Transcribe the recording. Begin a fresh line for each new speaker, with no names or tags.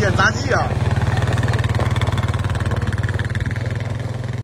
点炸鸡啊。